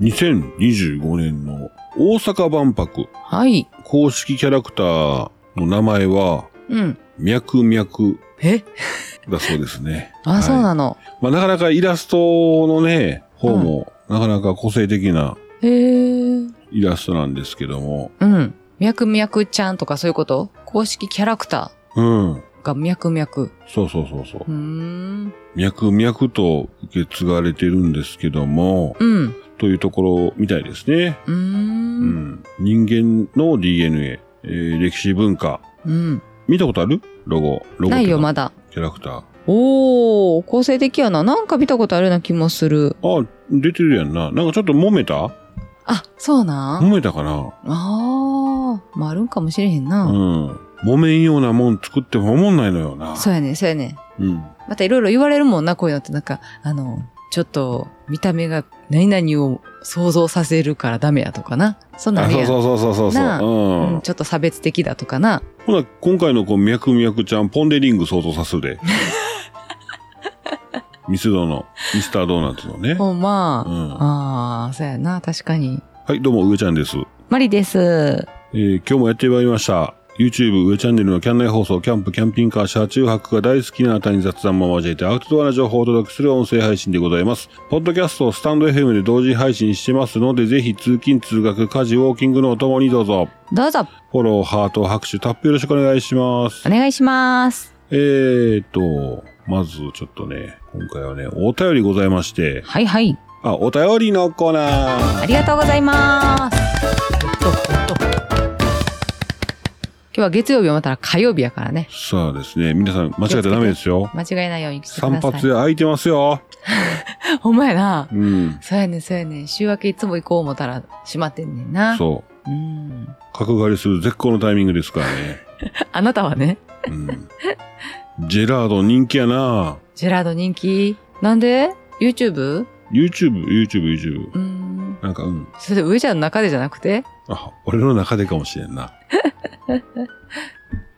2025年の大阪万博はい。公式キャラクターの名前は、うん。脈々えだそうですね。あ、そうはいなの。まあ、なかなかイラストのね、方も、なかなか個性的なへえ。イラストなんですけども、うん。ミャクミャクちゃんとかそういうこと公式キャラクタうん。ーがミャクミャク。そうそうそうそううー。ん。脈々と受け継がれてるんですけども、うん。うというところみたいですね。ー。うんん。人間の DNA、えー歴史文化。うん。見たことあるロゴ。ロゴないよ、ってまだ。キャラクター。おー、構成的やな。なんか見たことあるような気もする。あ、出てるやんな。なんかちょっと揉めたあ、そうなん揉めたかなあー、まあ、あるんかもしれへんうな。ん。揉めんようなもん作ってももんないのよな。そうやね、そうやね。うん。またいろいろ言われるもんな、こういうのって。なんか、あの、ちょっと、見た目が何々を想像させるからダメやとかな。そんなんああ、るそうやんそうそうそうそうそう。なあうん。うん、ちょっと差別的だとかな。ほな、今回のこう、ミャクミャクちゃん、ポンデリング想像さす で。ミスドの、ミスタードーナツのね。ほんま。うんああ、そうやな、確かに。はい、どうも、上ちゃんです。マリです。えー今日もやってまいりました。YouTube 上チャンネルのキャン内放送、キャンプ、キャンピングカー、車中泊が大好きなあなたに雑談も交えてアウトドアな情報をお届けする音声配信でございます。ポッドキャスト、スタンド FM で同時配信してますので、ぜひ通勤、通学、家事、ウォーキングのお供にどうぞ。どうぞ、フォロー、ハート、拍手、タップよろしくお願いしますお。願いします。えーと、まずちょっとね、今回はね、お便りございまして、はいはい。あ、お便りのコーナー。ありがとうございます。今日は月曜日をまたら火曜日やからね。さあですね、皆さん間違えちゃダメですよ。間違いないようにしてく散ださい。髪で空いてますよ。ほんまやな。うん。そうやねんそうやねん週明けいつも行こう思ったら閉まってんねんな。そう。うん。 角刈りする絶好のタイミングですからね。あなたはね、うん。ジェラードン人気やなジェラード人気なんで ?YouTube? YouTube、YouTube、YouTube。うん。なんか、うん。それで上ちゃんの中でじゃなくてあ、俺の中でかもしれんな。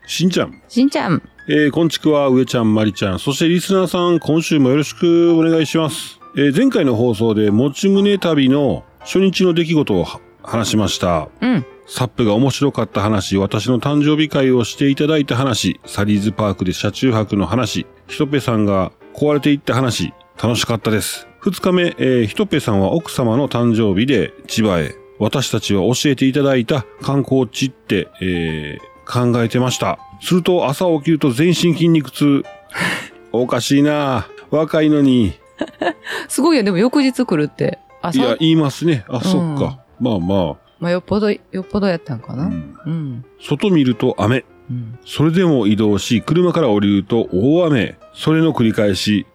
しんちゃん。しんちゃん。えー、こんちくは、上ちゃん、まりちゃん、そしてリスナーさん、今週もよろしくお願いします。えー、前回の放送で、もち胸旅の初日の出来事をは話しました。うん。サップが面白かった話、私の誕生日会をしていただいた話、サリーズパークで車中泊の話、ひとぺさんが壊れていった話、楽しかったです。二日目、えーひとぺさんは奥様の誕生日で千葉へ、私たちは教えていただいた観光地って、えー考えてました。すると朝起きると全身筋肉痛。おかしいなぁ若いのに。すごいよ。でも翌日来るって。あ、いそや、う。言いますね。あ、そっか。まあままあ、よっぽど、よっぽどやったんかあ、うな。んうん。外見ると雨。うん。それでも移動し、車から降りると大雨。それの繰り返し。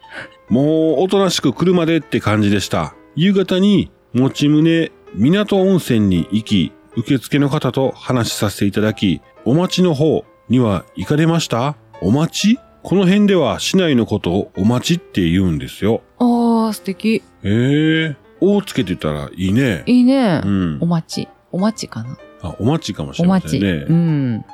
もうおとなしく車でって感じでした。夕方に、持ち胸、港温泉に行き、受付の方と話しさせていただき、お町の方には行かれましたお町この辺では市内のことをお町って言うんですよ。あー、素敵。へえー。大つけてたらいいね。いいね。うんお。待ち。お待ちかな。あ、お町かもしおれま待せち。んね。うん。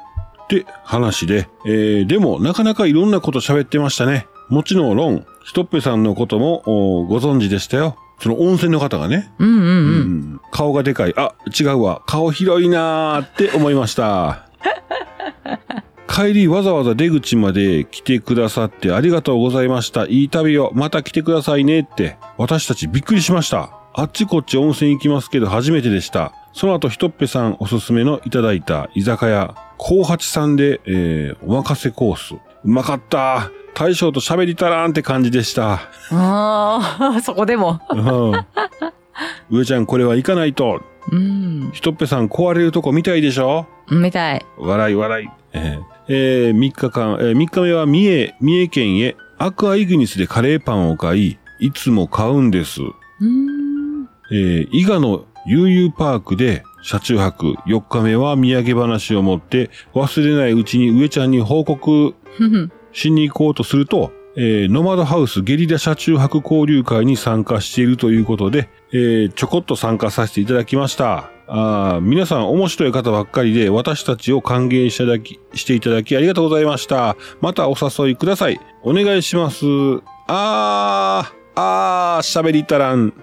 って話で、えー、でもなかなかいろんなこと喋ってましたね。もちろんロン、ひとっぺさんのこともおーご存知でしたよ。その温泉の方がね。うんうんううん。ん顔がでかい。あ、違うわ。顔広いなーって思いました。帰りわざわざ出口まで来てくださってありがとうございました。いい旅を。また来てくださいねって。私たちびっくりしました。あっちこっち温泉行きますけど初めてでした。その後ひとっぺさんおすすめのいただいた居酒屋、高八さんで、えー、お任せコース。うまかった。大将と喋りたらんって感じでした。あー、 そこでも。 うん。上ちゃんこれは行かないと。うん。ひとっぺさん壊れるとこ見たいでしょみたい。笑い笑い。えーえ3日間、え3日目は三重、三重県へアクアイグニスでカレーパンを買い、いつも買うんです。うん。 えー伊賀の悠々パークで車中泊4日目は土産話を持って忘れないうちに上ちゃんに報告ふふしに行こうとすると、えーノマドハウスゲリラ車中泊交流会に参加しているということで、えーちょこっと参加させていただきました。あー皆さん面白い方ばっかりで私たちを歓迎していただき、していただきありがとうございました。またお誘いください。お願いします。あー、あー、喋りたらん。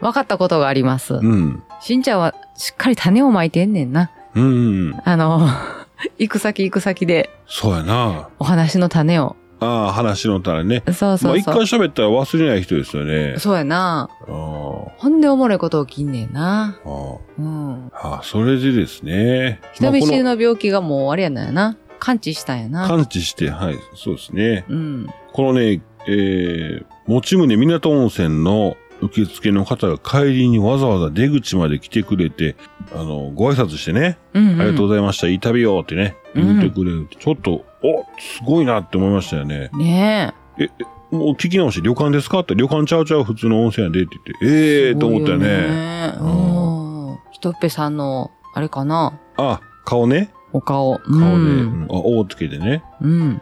分かったことがあります。うん。しんちゃんはしっかり種をまいてんねんな。うんうん。あの、 行く先行く先でそうやな。お話の種を。ああ、話のたらね。そうまそあう一そう。回喋ったら忘れない人ですよね。そうやな。あほんでおもろいこと起きんねんな。ああうん。あああ、それでですね。人見知りまあの病気がもうあれやなんやな。完治したんやこな。の完治して、はい、そうですね。うん。このね、えー、持ち宗港温泉の受付の方が帰りにわざわざ出口まで来てくれて、あの、ご挨拶してね、うん、うん。ありがとううございました、いい旅よってね、うん言ってくれるって、ちょっと、おすごいなって思いましたよね。ねもう聞き直して、旅館ですかって、旅館ちゃうちゃう、普通の温泉やでって言って、え。ええー、と思ったよすごいね。うん。ひとっぺさんの、あれかな。あ、顔ね。お顔。顔ね。うん。うんあ、おをつけてね。うん。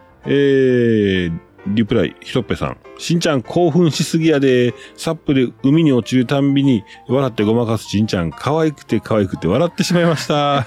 えー、リプライ、ひとっぺさん。しんちゃん興奮しすぎやで、サップで海に落ちるたんびに、笑ってごまかすしんちゃん、可愛くて可愛くて笑ってしまいました。は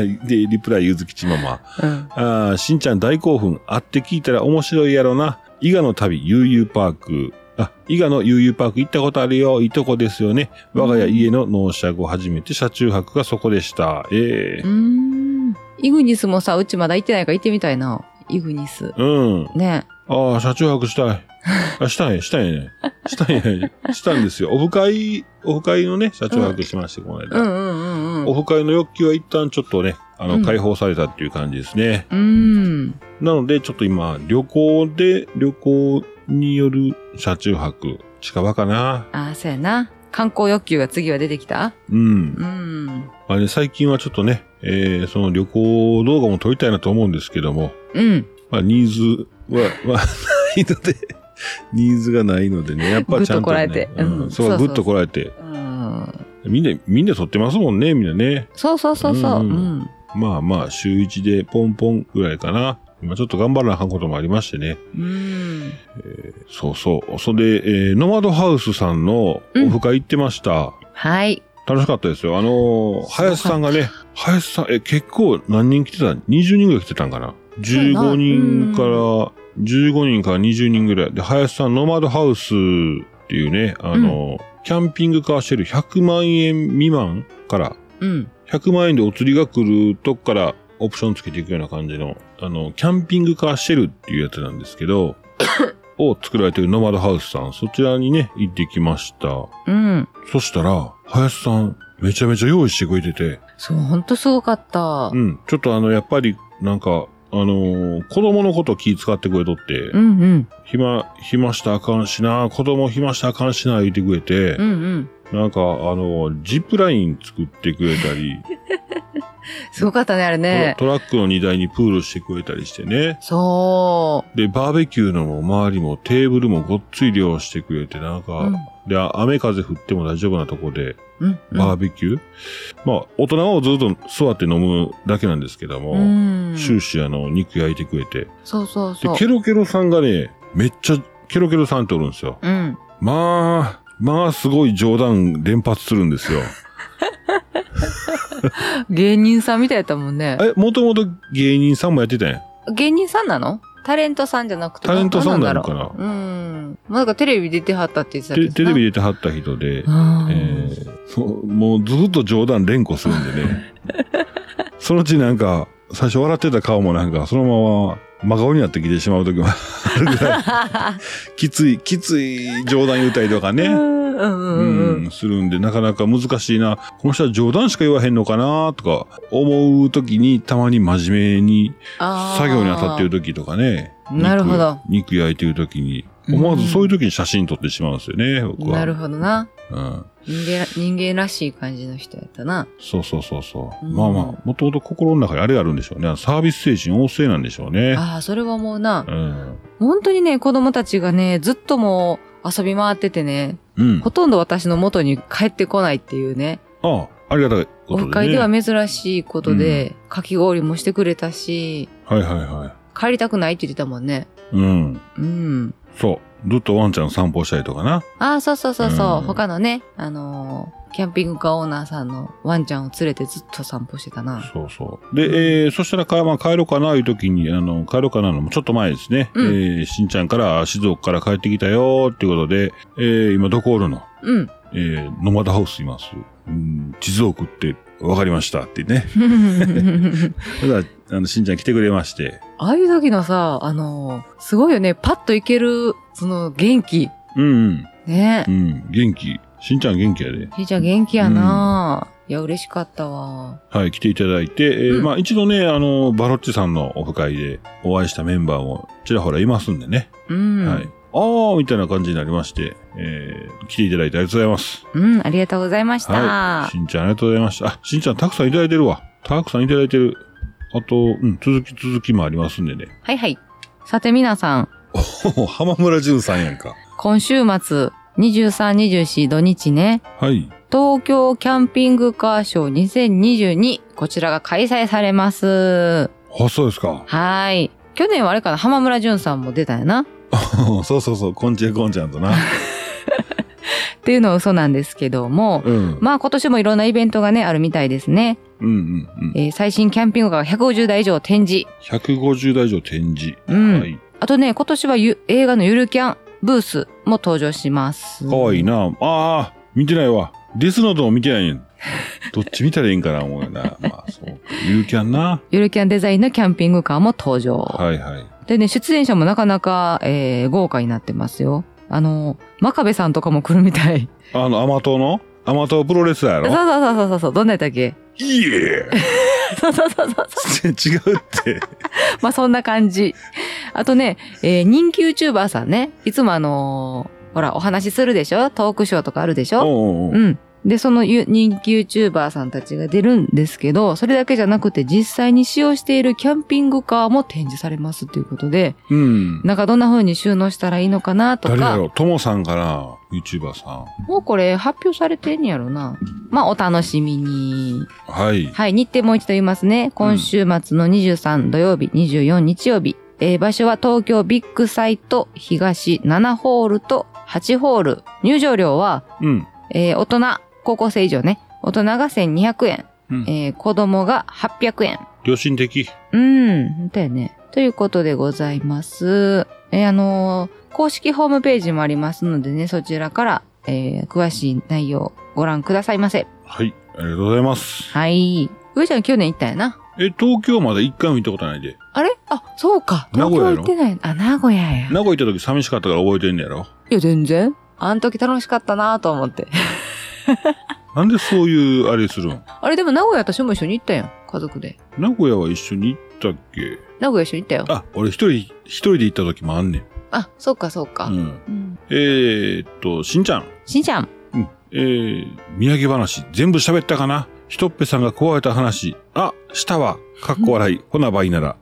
い。で、リプライ、ゆずきちママ。うん。あーしんちゃん大興奮。会って聞いたら面白いやろな。伊賀の旅、悠々パーク。あ、伊賀の悠々パーク行ったことあるよ。いいとこですよね。我が家家の納車後初めて車中泊がそこでした。ええうーん。イグニスもさ、うちまだ行ってないから行ってみたいな。イグニス。うん。ね。ああ、車中泊した い。あ、したい、したいね。したいね。したんですよ。オフ会、オフ会のね、車中泊しまして、このうん間。うんうんうオん。フ会の欲求は一旦ちょっとね、あうの、ん解放されたっていう感じですね。うん。なので、ちょっと今、旅行で、旅行による車中泊、近場かな。ああ、そうやな。観光欲求が次は出てきたうん。うん。まあね、最近はちょっとね、えー、その旅行動画も撮りたいなと思うんですけども、うん。まあ、ニーズは、まあ、ないので、 ニーズがないのでね、やっぱちゃんと、ね。ぐっとこらえてう、うんんそ、そううそぐうっとこらえて。うん。みんな、みんな撮ってますもんね、みんなね。そうそうそうそう。ううんん。まあまあ、週1でポンポンぐらいかな。今ちょっと頑張らなあかんこともありましてね。うん。そうそう。それで、えーノマドハウスさんのうんオフ会行ってました。はい。楽しかったですよ。あのーすごかった林さんがね、林さん、え、結構何人来てた ?20 人ぐらい来てたんかなうやな ?15 人から、15人から20人ぐらい。で、林さん、ノマドハウスっていうね、あのーキャンピングカーシェル100万円未満から、うん。 100万円でお釣りが来るとこからオプションつけていくような感じの、あの、キャンピングカーシェルっていうやつなんですけど、を作られてるノマドハウスさん、そちらにね、行ってきました。うん。そしたら、林さん、めちゃめちゃ用意してくれてて、そう、ほんとすごかったう。ん、ちょっとあの、やっぱり、なんか、あのー子供のこと気遣ってくれとって、うんうん。暇、暇したらあかんしな、子供暇したらあかんしな、言ってくれて、うんうん。なんか、あのージップライン作ってくれたり、すごかったね、あれ ね。トラトラックの荷台にプールしてくれたりしてね。そで、バーベキューの周りもテーブルもごっつい量してくれて、なんう。か、うん。で、雨風降っても大丈夫なとこで、うん。バーベキュー、まあ、大人はずっと座って飲むだけなんですけども、うん。終始あの、肉焼いてくれて。そうそうでそ、うケ。ロケロさんがね、めっちゃ、ケロケロさんっておるんですよ。うん。まあ、まあ、すごい冗談連発するん ですよ。芸人さんみたいだったもんね。え、もともと芸人さんもやってたんや。芸人さんなのタレントさんじゃなくて。タレントさんなのろかうなうん。まあ、なんかテレビ出てはったって言ってたけテど。テレビ出てはった人で、うん。えーそうもうずっと冗談連呼するんで ね。そのうちなんか、最初笑ってた顔もなんか、そのまま真顔になってきてしまう時もあるぐらい、 きつい、きつい冗談言うたりとかうね。んうんううんうん。ん、するんで、なかなか難しいな。この人は冗談しか言わへんのかなとか、思う時に、たまに真面目に、あー作業に当たってる時とかね。なるほど肉肉焼いてる時に、思わずそういう時に写真撮ってしまうんですよね、僕は。なるほどな。うん。人間ら、人間らしい感じの人やったな。そうそうそうそう。うんまあまあ、もともと心の中にあれがあるんでしょうね。サービス精神旺盛なんでしょうね。ああ、それはもうなう。ん。本当にね、子供たちがね、ずっともう遊び回っててね、うん。ほとんど私の元に帰ってこないっていうね。ああ、ありがたいこオとフ会でね。でははい珍しいことで、かき氷もしてくれたし、はいは帰りたくないって言ってたもんね。い。うん。うん。そう。ずっとワンちゃん散歩したりとかな。ああ、そうそうそうそう。うん他のね、あのーキャンピングカーオーナーさんのワンちゃんを連れてずっと散歩してたな。そうそう。で、えー、そしたらか、まあ、帰ろうかな、いう時に、あの、帰ろうかなのもちょっと前ですね。うんえー、しんちゃんから、静岡から帰ってきたよ、っていうことで、えー、今どこおるの うん。えーノマドハウスいます。うん、地蔵区って分かりましたってね。 ただ、あの、しんちゃん来てくれまして。ああいう時のさ、あの、すごいよね。パッといける、その、元気。うんうん。ねう。ん、元気。しんちゃん元気やで。ひーちゃん元気やな、いや、嬉しかったわ。はい、来ていただいて、えーうんまあ一度ね、あの、バロッチさんのオフ会でお会いしたメンバーもちらほらいますんでね。うん。はい。あー、みたいな感じになりまして、えー、来ていただいてありがとうございます。うん、ありがとうございました。はい。しんちゃんありがとうございました。あ、しんちゃんたくさんいただいてるわ。たくさんいただいてる。あと、うん、続き続きもありますんでね。はいはい。さて皆さん、お浜村淳さんやんか。今週末23、24土日ね、はい。東京キャンピングカーショー2022、こちらが開催されます。あ、そうですか。はーい。去年はあれかな浜村淳さんも出たよな。 そうそうそう、こんちゃこんちゃんとな。っていうのは嘘なんですけども、うん。まあ今年もいろんなイベントがね、あるみたいですね。うんうんうん。えー最新キャンピングカー150台以上展示。 150台以上展示。うんはい。あとね、今年はゆ映画のゆるキャンブースも登場します。かわいいな。ああ、見てないわ。デスノートも見てないねん。どっち見たらいいんかな、思うよな。まあ、そう。ゆるキャンな。ゆるキャンデザインのキャンピングカーも登場。はいはい。でね、出演者もなかなか、えー豪華になってますよ。あの、真壁さんとかも来るみたい。あの、アマトのアマトプロレスラーやそうろそうそうそうそう、どんなやったっ けいえそうそうそうそう。違うって。まあそんな感じ。あとね、えー人気 YouTuber さんね、いつもあのーほら、お話しするでしょトークショーとかあるでしょおうおうおう。うんで、そのゆ人気 YouTuber さんたちが出るんですけど、それだけじゃなくて実際に使用しているキャンピングカーも展示されますということで、うん。なんかどんな風に収納したらいいのかなと誰やか、ろともさんかな ?YouTuber さもうこれ発表されてんやろな。まあお楽しみに。ん。はい。はい、日程もう一度言いますね。今週末の23土曜日、24日曜日。えー場所は東京ビッグサイト東7ホールと8ホール。入場料は、うん。えー大人、高校生以上ね。大人が1200円。うんえー子供が800円。良心的。うん、だよね。ということでございます。えーあのー公式ホームページもありますのでね、そちらから、えー詳しい内容をご覧くださいませ。はい。ありがとうございます。はい。上ちゃん去年行ったよな。え、東京まだ一回も行ったことないで。あれあ、そうか。名東古屋や京行ろってない。あ、名古屋や。い名古屋行った時寂しかったから覚えてんねやろや、全然。あの時楽しかったなと思って。なんでそういうあれするん あれ、でも名古屋私も一緒に行ったやん。家族で。名古屋は一緒に行ったっけ名古屋一緒に行ったよ。あ、あ、俺一人、一人で行った時もあんねん。そうかそうか。うん。うん。えー、っと、しんちゃん。しんちゃん。うん。えー、土産話、全部喋ったかなひとっぺさんが壊れた話。あ、したわ。かっこ笑い。ほなばいなら。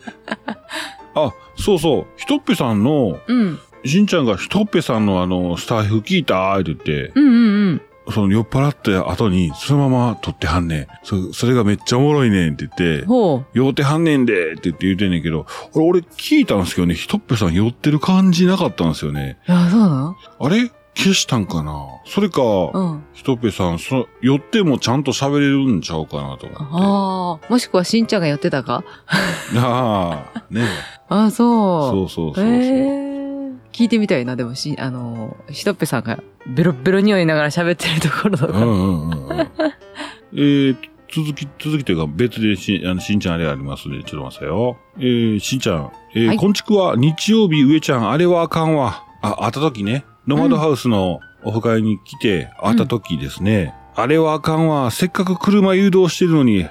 あ、そうそう。ひとっぺさんの、うん。しんちゃんがひとっぺさんのあの、スタイフ聞いたって言って、うんうんうん。その酔っ払った後に、そのまま撮ってはんねん。そ、それがめっちゃおもろいねんって言って、ほ酔ってはんねんでって言って言うてんねんけど、あれ俺聞いたんですけどね、ひとっぺさん酔ってる感じなかったんですよね。う。いや、そうなあれ消したんかなそれか、のうん。ひとっぺさん、その、寄ってもちゃんと喋れるんちゃうかなと思って。ああ。もしくはしんちゃんがやってたか ああ、ね。あそそそうそううう。そう。へー聞いてみたいな、でもし、あの、ひとっぺさんがベロッベロに酔いながら喋ってるところとうんか。うんうんうん。えー、続き、続きというか別でし、あの、しんちゃんあれありますね。ちょっと待ってくださいよ。えー、しんちゃん。えー、はいこんちくは日曜日、上ちゃん、あれはあかんわ。あ、あった時ね。ノマドハウスのオフ会に来て、あった時ですね。あれはあかんわ。せっかく車誘導してるのに。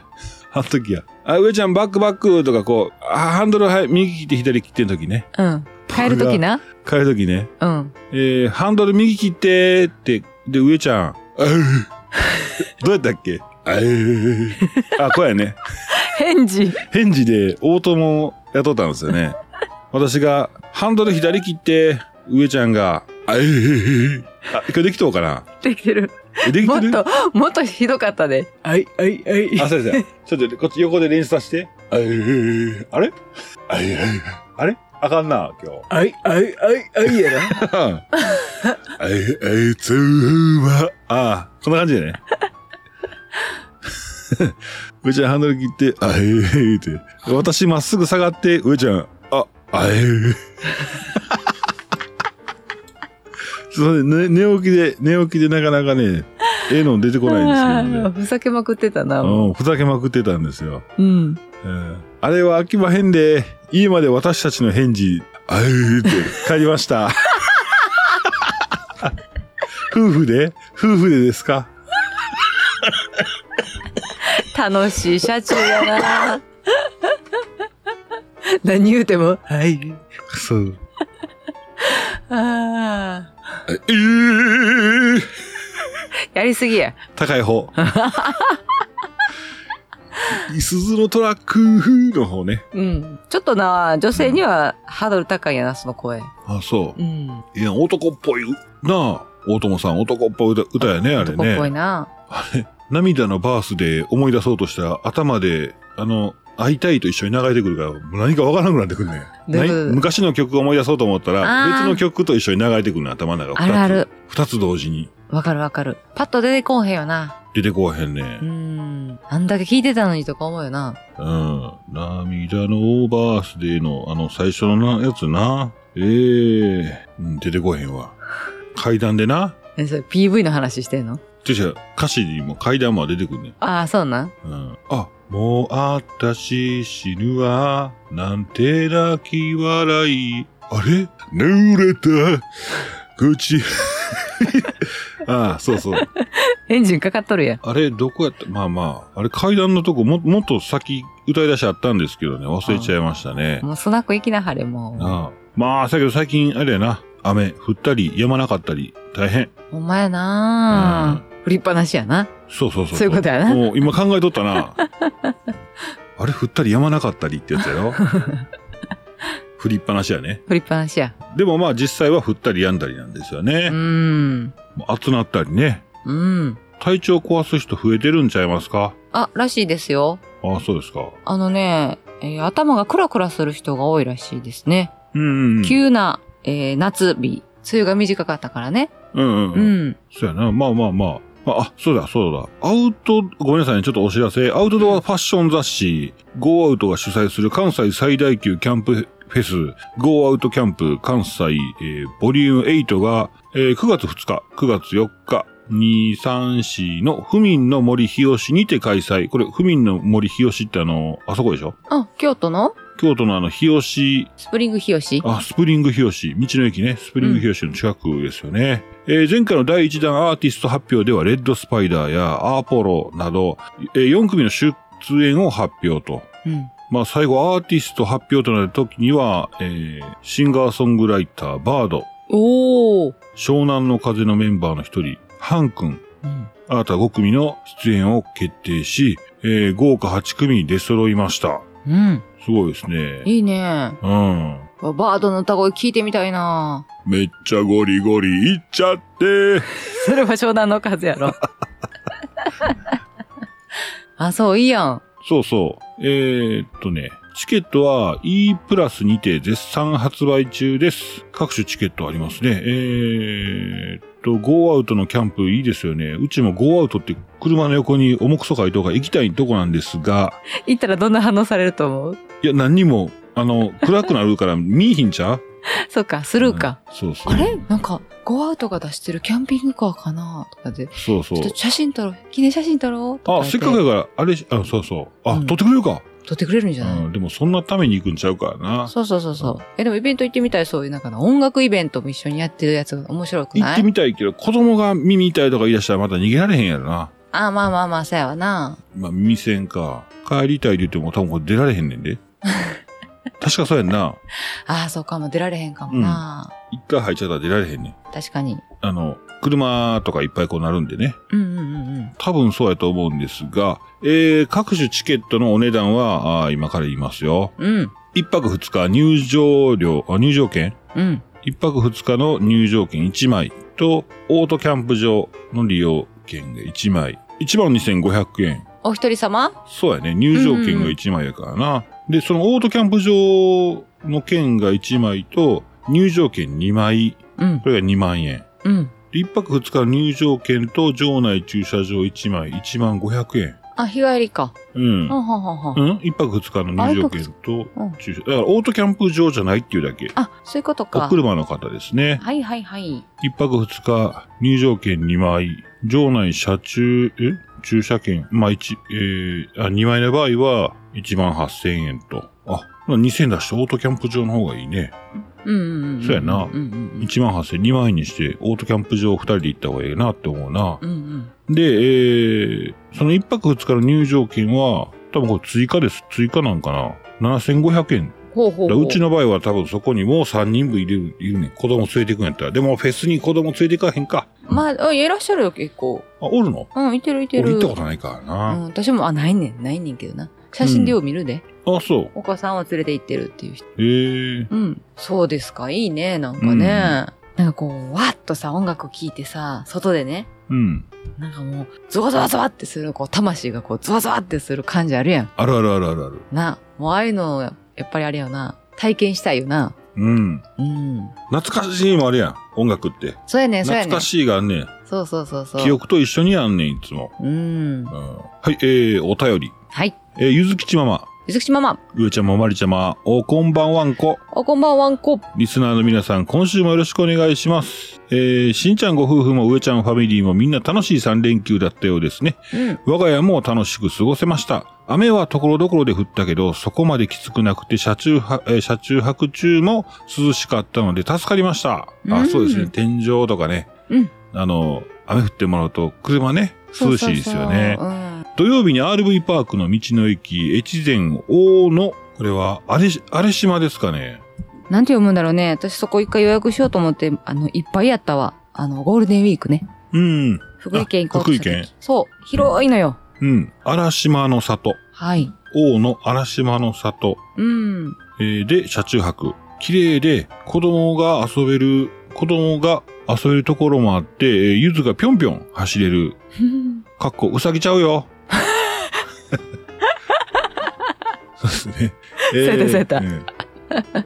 あの時や。あ、上ちゃん、バックバックとかこう、あ、ハンドル、はい、右切って左切っての時ね。うん。帰るときな帰る時ね。うん。えー、ハンドル右切ってーって、で、上ち ゃん、あうどうやったっけあうあ、こうやね。返事。返事で、大友を雇ったんですよね。私が、ハンドル左切って、上ちゃんが、あうあ、これできとうかなできてる。えできもってると、もっとひどかったね。はい、はい、はいあ、そうです。ちょっと、こっち横で練習させて。あうあれあうあれあかんな、今日。はい、はい、はい、はい、やな。あいつは、ああ、こんな感じでね。上ちゃんハンドル切って、あえって。私まっすぐ下がって、上ちゃん、あ、あえず そうね、寝起きで、寝起きでなかなかね、ええの出てこ ないんですけどね。ふざけまくってたな、もううん、ふざけまくってたんですよ。うん。うんあれは飽きまへんで、家まで私たちの返事、あえーって帰りました。 夫婦で夫婦でですか楽しい車中やな。 何言うても、はい。そう。ああ。えー、やりすぎや。高い 方。いすずのトラックの方ね。うん。ちょっとな、女性にはハードル高いやな、その声。あ、そうん。う。いや、男っぽいなあ。大友さん、男っぽい歌歌やね、あれ男っぽいね。な。涙のバースで思い出そうとしたら頭で、あの、会いたいと一緒に流れてくるから、もう何かわからなくなってくるね。どういうことない昔の曲を思い出そうと思ったあら、ー別の曲と一緒に流れてくるの、頭の中。あるある。二つ二つ同時にわかるわかる。パッと出てこんへんよな。出てこうへんね。うん。あんだけ聞いてたのにとか思うよな。うん。涙のオーバースデーの、あの、最初のなやつな。ええうん、出てこへんわ。階段でな。え、それ PV の話してんのてしゃ、歌詞にも階段も出てくるね。ああ、そうなん。うん。あ、もうあったし死ぬわ。なんて泣き笑い。あれ濡れた。口。 ああ、そうそう。エンジンかかっとるやん。あれ、どこやったまあまあ。あれ、階段のとこも、もっと先歌い出しあったんですけどね。忘れちゃいましたね。もうスナック行きなはれ、もああまあ、だけど最近、あれやな。雨降ったり、止まなかったり、大変。う。ほんまやな。振りっぱなしやな。そうそうそう。そういうことやなもう今考えとった な。あれ、降ったり、止まなかったりってやつや ろ。降りっぱなしやね。振りっぱなしや。でもまあ、実際は降ったり、止んだりなんですようね。ん。もう暑なったりね。うん。体調壊す人増えてるんちゃいますかあ、らしいですよ。ああ、そうですか。あのね、えー頭がクラクラする人が多いらしいですね。うんうんうん。急な、えー夏日。梅雨が短かったからね。うんうんううん。ん。そうやな。まあまあまあ。まあ、あ、そうだ、そうだ。アウト、ごめんなさいね。ちょっとお知らせ。アウトドアファッション雑誌、ゴーアウトが主催する関西最大級キャンプフェス、ゴーアウトキャンプ関西、えーボリューム8が、えー9月2日、9月4日、2、3、4の府民の森日吉にて開催。これ、府民の森日吉ってあの、あそこでしょあ、京都の京都のあの、日吉スプリング日吉。あ、スプリング日吉。道の駅ね。スプリング日吉の近くですよね。えー前回の第1弾アーティスト発表では、レッドスパイダーやアーポロなど、え4組の出演を発表と。うん。まあ、最後、アーティスト発表となる時には、えーシンガーソングライター、バード、おお。湘南の風のメンバーの一人、ハン君、うん。新た5組の出演を決定し、えー豪華8組出揃いました。うん。すごいですね。いいね。うん。わバードの歌声聞いてみたいな。めっちゃゴリゴリいっちゃって。それは湘南の風やろ。 あ、そう、いいやん。そうそう。えー、っとね、チケットは E プラスにて絶賛発売中です。各種チケットありますね。えー、っと、ゴーアウトのキャンプいいですよね。うちもゴーアウトって車の横に重くそ書いとか行きたいとこなんですが、行ったらどんな反応されると思ういや、何にも、あの、暗くなるから見えひんちゃうそっか、スルーか。うんそうそう。あれなんか、ゴーアウトが出してるキャンピングカーかなとかで、ちそうそょうっ。と写真撮ろう、記念写真撮ろうとかあ、言せっかくやから、あれし、あ、そうそう。あ、うん撮ってくれるか。撮ってくれるんじゃない、うん、でもそんなために行くんちゃうからな。そうそうそうそう。え、でもイベント行ってみたい、そういうなんかな音楽イベントも一緒にやってるやつが面白く行なっいてみたいけど、子供が耳痛いとか言い出したらまた逃げられへんやろな。あ、まあまあまあ、そうやわな。まあ、耳栓か。帰りたいで言っても多分これ出られへんねん で。確かそうやんな。ああ、そうかも、出られへんかもな。一回入っちゃったら出られへんねん。確かに。あの、車とかいっぱいこうなるんでね。うんうんうんうん。多分そうやと思うんですが、えー、各種チケットのお値段は、あー今から言いますよ。うん。一泊二日入場料、あ入場券うん。一泊二日の入場券1枚と、オートキャンプ場の利用券が1枚。12,500円。お一人様そうやね。入場券が1枚やからな。で、そのオートキャンプ場の券が1枚と、入場券2枚。うん。これが2万円。うん。で一泊二日の入場券と、場内駐車場1枚、1万500円。あ、日帰りか。うんは。んはんはんはん。うん一泊二日の入場券とうん駐車。だからオートキャンプ場じゃないっていうだけ。あ、そういうことおか。車の方ですね。はいはいはい。一泊二日、入場券2枚、場内車中、え駐車券、まあ、一、えー、あ、2枚の場合は、1万8000円と。あ、2000出してオートキャンプ場の方がいいね。うんうんうんん。そうやなうんうん1万8000、2万円にして、オートキャンプ場2人で行った方がいいなって思うなうん。う。んうん。で、えー、その一泊二日の入場券は、多分これ追加です。追加なんかな。7500円。ほうだほかうほらう。うちの場合は多分そこにもう3人分入れる、いるねん。子供連れてくんやったら。でもフェスに子供連れてかへんか。まあ、あいらっしゃるよ、結構。あ、おるのうん、いてるいて俺る。行ったことないからうな。ん、私も、あ、ないねん、ないねんけどな。写真でよう見るで。あ、そう。お子さんを連れて行ってるっていう人。ええうん。そうですか、いいね、なんかね。うんなんかこう、わっとさ、音楽を聴いてさ、外でね、うん。なんかもう、ゾワゾワゾワってする、こう、魂がこう、ゾワゾワってする感じあるやん。あるあるあるあるある。な。もう、ああいうの、やっぱりあれよな。体験したいよな。うん。うん。懐かしいもあるやん。音楽って。そうやねん、そう懐やねんか。しいがあんねん。そうそうそうそう。記憶と一緒にあんねん、いつも。うんう。ん。はい、えー、お便り。はい。えー、ゆずきちママ、ゆずきちママ、ゆうちゃままりちゃま、おこんばんわんこ。おこんばんはんこ。リスナーの皆さん、今週もよろしくお願いします。えー、しんちゃんご夫婦も上ちゃんファミリーもみんな楽しい3連休だったようですね。うん。我が家も楽しく過ごせました。雨はところどころで降ったけど、そこまできつくなくて、車中は、えー車中泊中も涼しかったので助かりました。うあ、んそうですね。天井とかね。うんあの、雨降ってもらうと、車ね、涼しいですよね。そうそうそううん。土曜日に RV パークの道の駅、越前大野、これは、あれ、あれ島ですかね。なんて読むんだろうね。私そこ一回予約しようと思って、あの、いっぱいやったわ。あの、ゴールデンウィークね。うん。福井県行こうとした時あ福井県そう。広いのよ。うん。荒島の里。はい。大野荒島の里。うん。えーで、車中泊。綺麗で、子供が遊べる、子供が遊べるところもあって、えーゆずがぴょんぴょん走れる。かっこ、うさぎちゃうよ。 そうですね。えそうやったそうやったん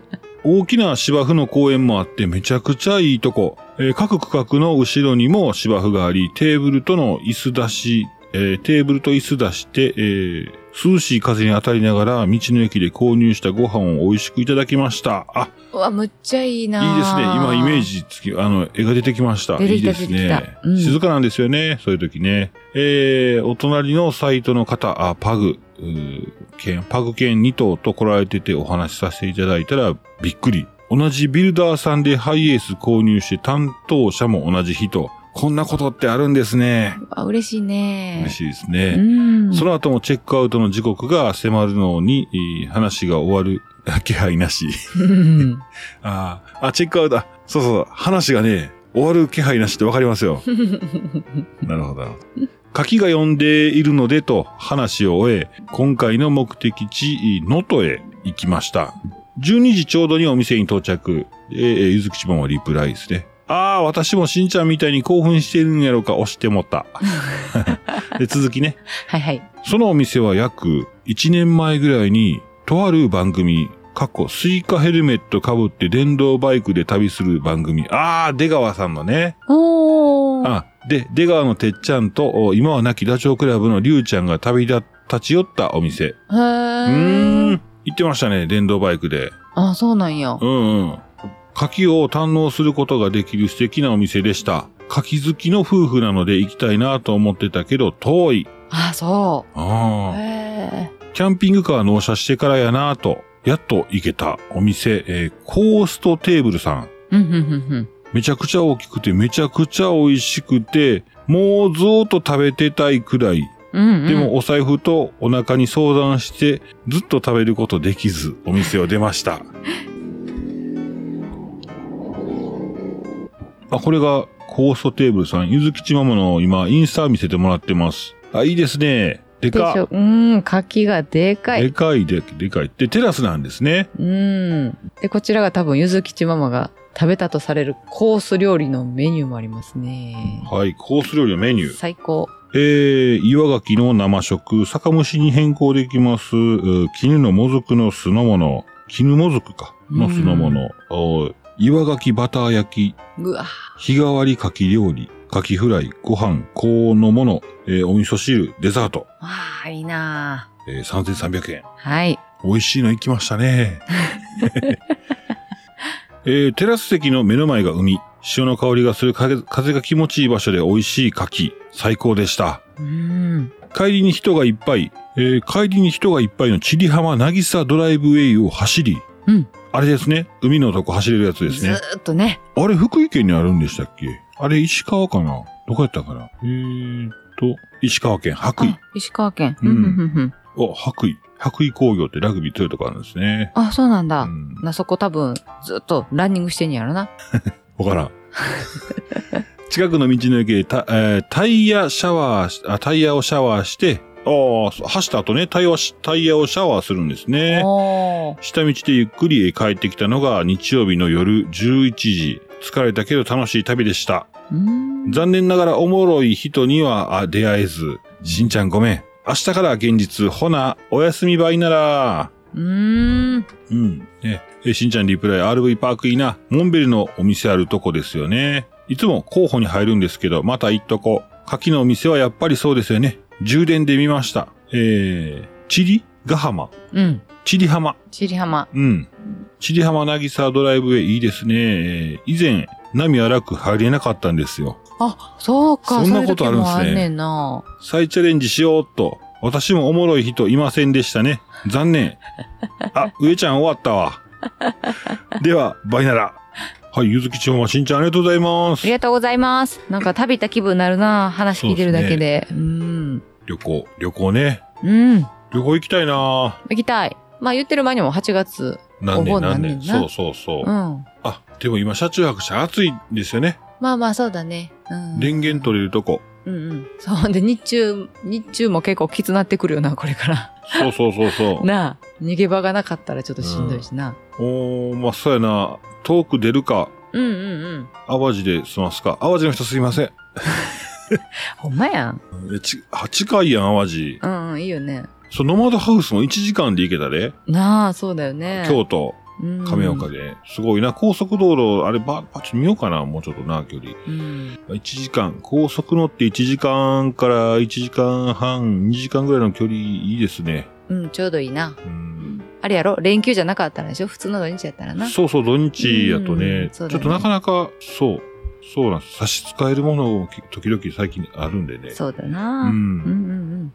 大きな芝生の公園もあって、めちゃくちゃいいとこ。えー各区画の後ろにも芝生があり、テーブルとの椅子出し、えーテーブルと椅子出して、えー涼しい風に当たりながら、道の駅で購入したご飯を美味しくいただきました。あ、 うわ、むっちゃいいなぁいいですね。今、イメー。ジつき、あの、絵が出てきました。出てきたいいです出てきねた、うん静かなんですよね。そういう時ね。えー、お隣のサイトの方、あ、パグ、うー犬、パグ犬2頭と来られててお話しさせていただいたらびっくり。同じビルダーさんでハイエース購入して担当者も同じ人。こんなことってあるんですね。あ、嬉しいね。嬉しいですうね。ん。その後もチェックアウトの時刻が迫るのに、えー話が終わる気配なし。うんああ、あ、チェックアウト、あそうそう、話がね、終わる気配なしってわかりますよ。なるほど、なるほど。柿が呼んでいるのでと話を終え、今回の目的地、能登へ行きました。12時ちょうどにお店に到着。えー、ゆずきちばんはリプライですね。ああ、私もしんちゃんみたいに興奮してるんやろか、押してもった。 で続きね。 はいはい。そのお店は約1年前ぐらいに、とある番組、過去スイカヘルメット被って電動バイクで旅する番組。あー、出川さんのね。おー。あ、で、出川のてっちゃんと、お今は亡きダチョウ倶楽部のりゅうちゃんが旅立立ち寄ったお店。へうーーん。行ってましたね、電動バイクで。あ、そうなんや。うんうん。柿を堪能することができる素敵なお店でした。柿好きの夫婦なので行きたいなと思ってたけど、遠い。あ、そあう。ー。へキャンピングカー納車してからやなぁと、やっと行けたお店、えーコーストテーブルさん。ー。うん、うん、うん、うん。めちゃくちゃ大きくて、めちゃくちゃ美味しくて、もうずーっと食べてたいくらい。うん、うん。でもお財布とお腹に相談して、ずっと食べることできず、お店を出ました。あ、これがコーストテーブルさん。ゆずきちママの今、インスタ見せてもらってます。あ、いいですね。ででしかょ。うん、柿がでかい。でかいで、でかい。で、テラスなんですね。うん。で、こちらが多分、ゆずきちママが食べたとされるコース料理のメニューもありますね。はい、コース料理のメニュー。最高。えー、岩牡蠣の生食、酒蒸しに変更できます、うー絹のもずくの酢の物、絹もずくか、の酢の物、おー岩牡蠣バター焼き、うわ日替わり牡蠣料理、カキフライ、ご飯、高温のもの、えーお味噌汁、デザート、わあ、いいなあえー3300円。はい。美味しいの行きましたね。 えーテラス席の目の前が海。潮の香りがする風風が気持ちいい場所で美味しい柿。最高でした。うん。帰りに人がいっぱい。えー帰りに人がいっぱいの千里浜渚ドライブウェイを走り。うんあれですね。海のとこ走れるやつですね。ずーっとね。あれ、福井県にあるんでしたっけあれ、石川かなどこやったかなえーっと、石川県白衣あ。石川県。うんうんうんうんうん。お、白衣。白衣工業ってラグビー強いとこあるんですね。あ、そうなんだ。うんな、そこ多分、ずっとランニングしてんやろな。わからん。 近くの道の駅でた、えータイヤシャワーあ、タイヤをシャワーして、ああ、そう走った後ね、タイヤをしタイヤをシャワーするんですね。おー。下道でゆっくり帰ってきたのが日曜日の夜11時。疲れたけど楽しい旅でした。うーん。残念ながらおもろい人にはあ出会えず、しんちゃんごめん。明日から現実、ほな、お休み倍なら。うーん。うん。ねえ、しんちゃんリプライ、RV パークいいな。モンベルのお店あるとこですよね。いつも候補に入るんですけど、また行っとこ。柿のお店はやっぱりそうですよね。充電で見ました。えー、チリガ浜。うん。チリ浜。千里浜。うん。チリ浜なぎさドライブウェイいいですね。えー以前、波荒く入れなかったんですよ。あ、そうか。そんなことあるんですねそういう時もんねんな。再チャレンジしようっと。私もおもろい人いませんでしたね。残念。あ、上ちゃん終わったわ。では、バイなら。はい、ゆずきちほんましんちゃんありがとうございまあすり。がとうございます。なんか旅行った気分になるな。話聞いてるだけで。うーん。旅行、旅行ね。うん。行旅行行きたいなきたい。まあ言ってる前にも8月。何お年盆何何年。年なそうそうそう。うん。あ、でも今、車中泊車暑いんですよね。まあまあそうだね。うん。電源取れるとこ。うんうん。そう。で、日中、日中も結構きつなってくるよな、これから。そうそうそうそう。 なあ。逃げ場がなかったらちょっとしんどいしな。おー、まあ、そうやな。遠く出るか、うん、うん、うんうんうん淡路で済ますか。淡路の人すいません。ほんまやん。えち近いやん、淡路。うんうん、いいよね。そう、ノマドハウスも1時間で行けたで。なあ、そうだよね。京都、日亀岡で、すごいな。高速道路、あれ、ば、ばちょっと見ようかな、もうちょっとな、距離。うん。 1時間、高速乗って1時間から1時間半、2時間ぐらいの距離、いいですね。うん、ちょうどいいな。うん。あれやろ連休じゃなかったらでしょ普通の土日やったらな。そうそう、土日やとうねん、ちそょうっだねとなかなか、そう、そうなんです。差し支えるものをき時々最近あるんでね。そうだうな。ん。うんうんうん。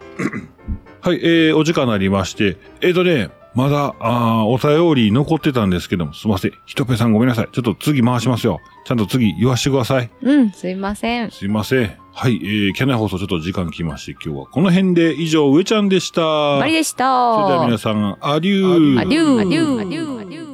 はい、えー、お時間になりまして、えっ、ー、とね、まだ、あーお便り残ってたんですけども、すいません。ひとぺさんごめんなさい。ちょっと次回しますよ。ちゃんと次言わしてください。うん、すいません。すいません。はい、えー、キャナイ放送ちょっと時間きまして、今日はこの辺で以上、上ちゃんでした。マリでした。それでは皆さん、アデュー。アデュー。アデュー。アデュー。アデュー。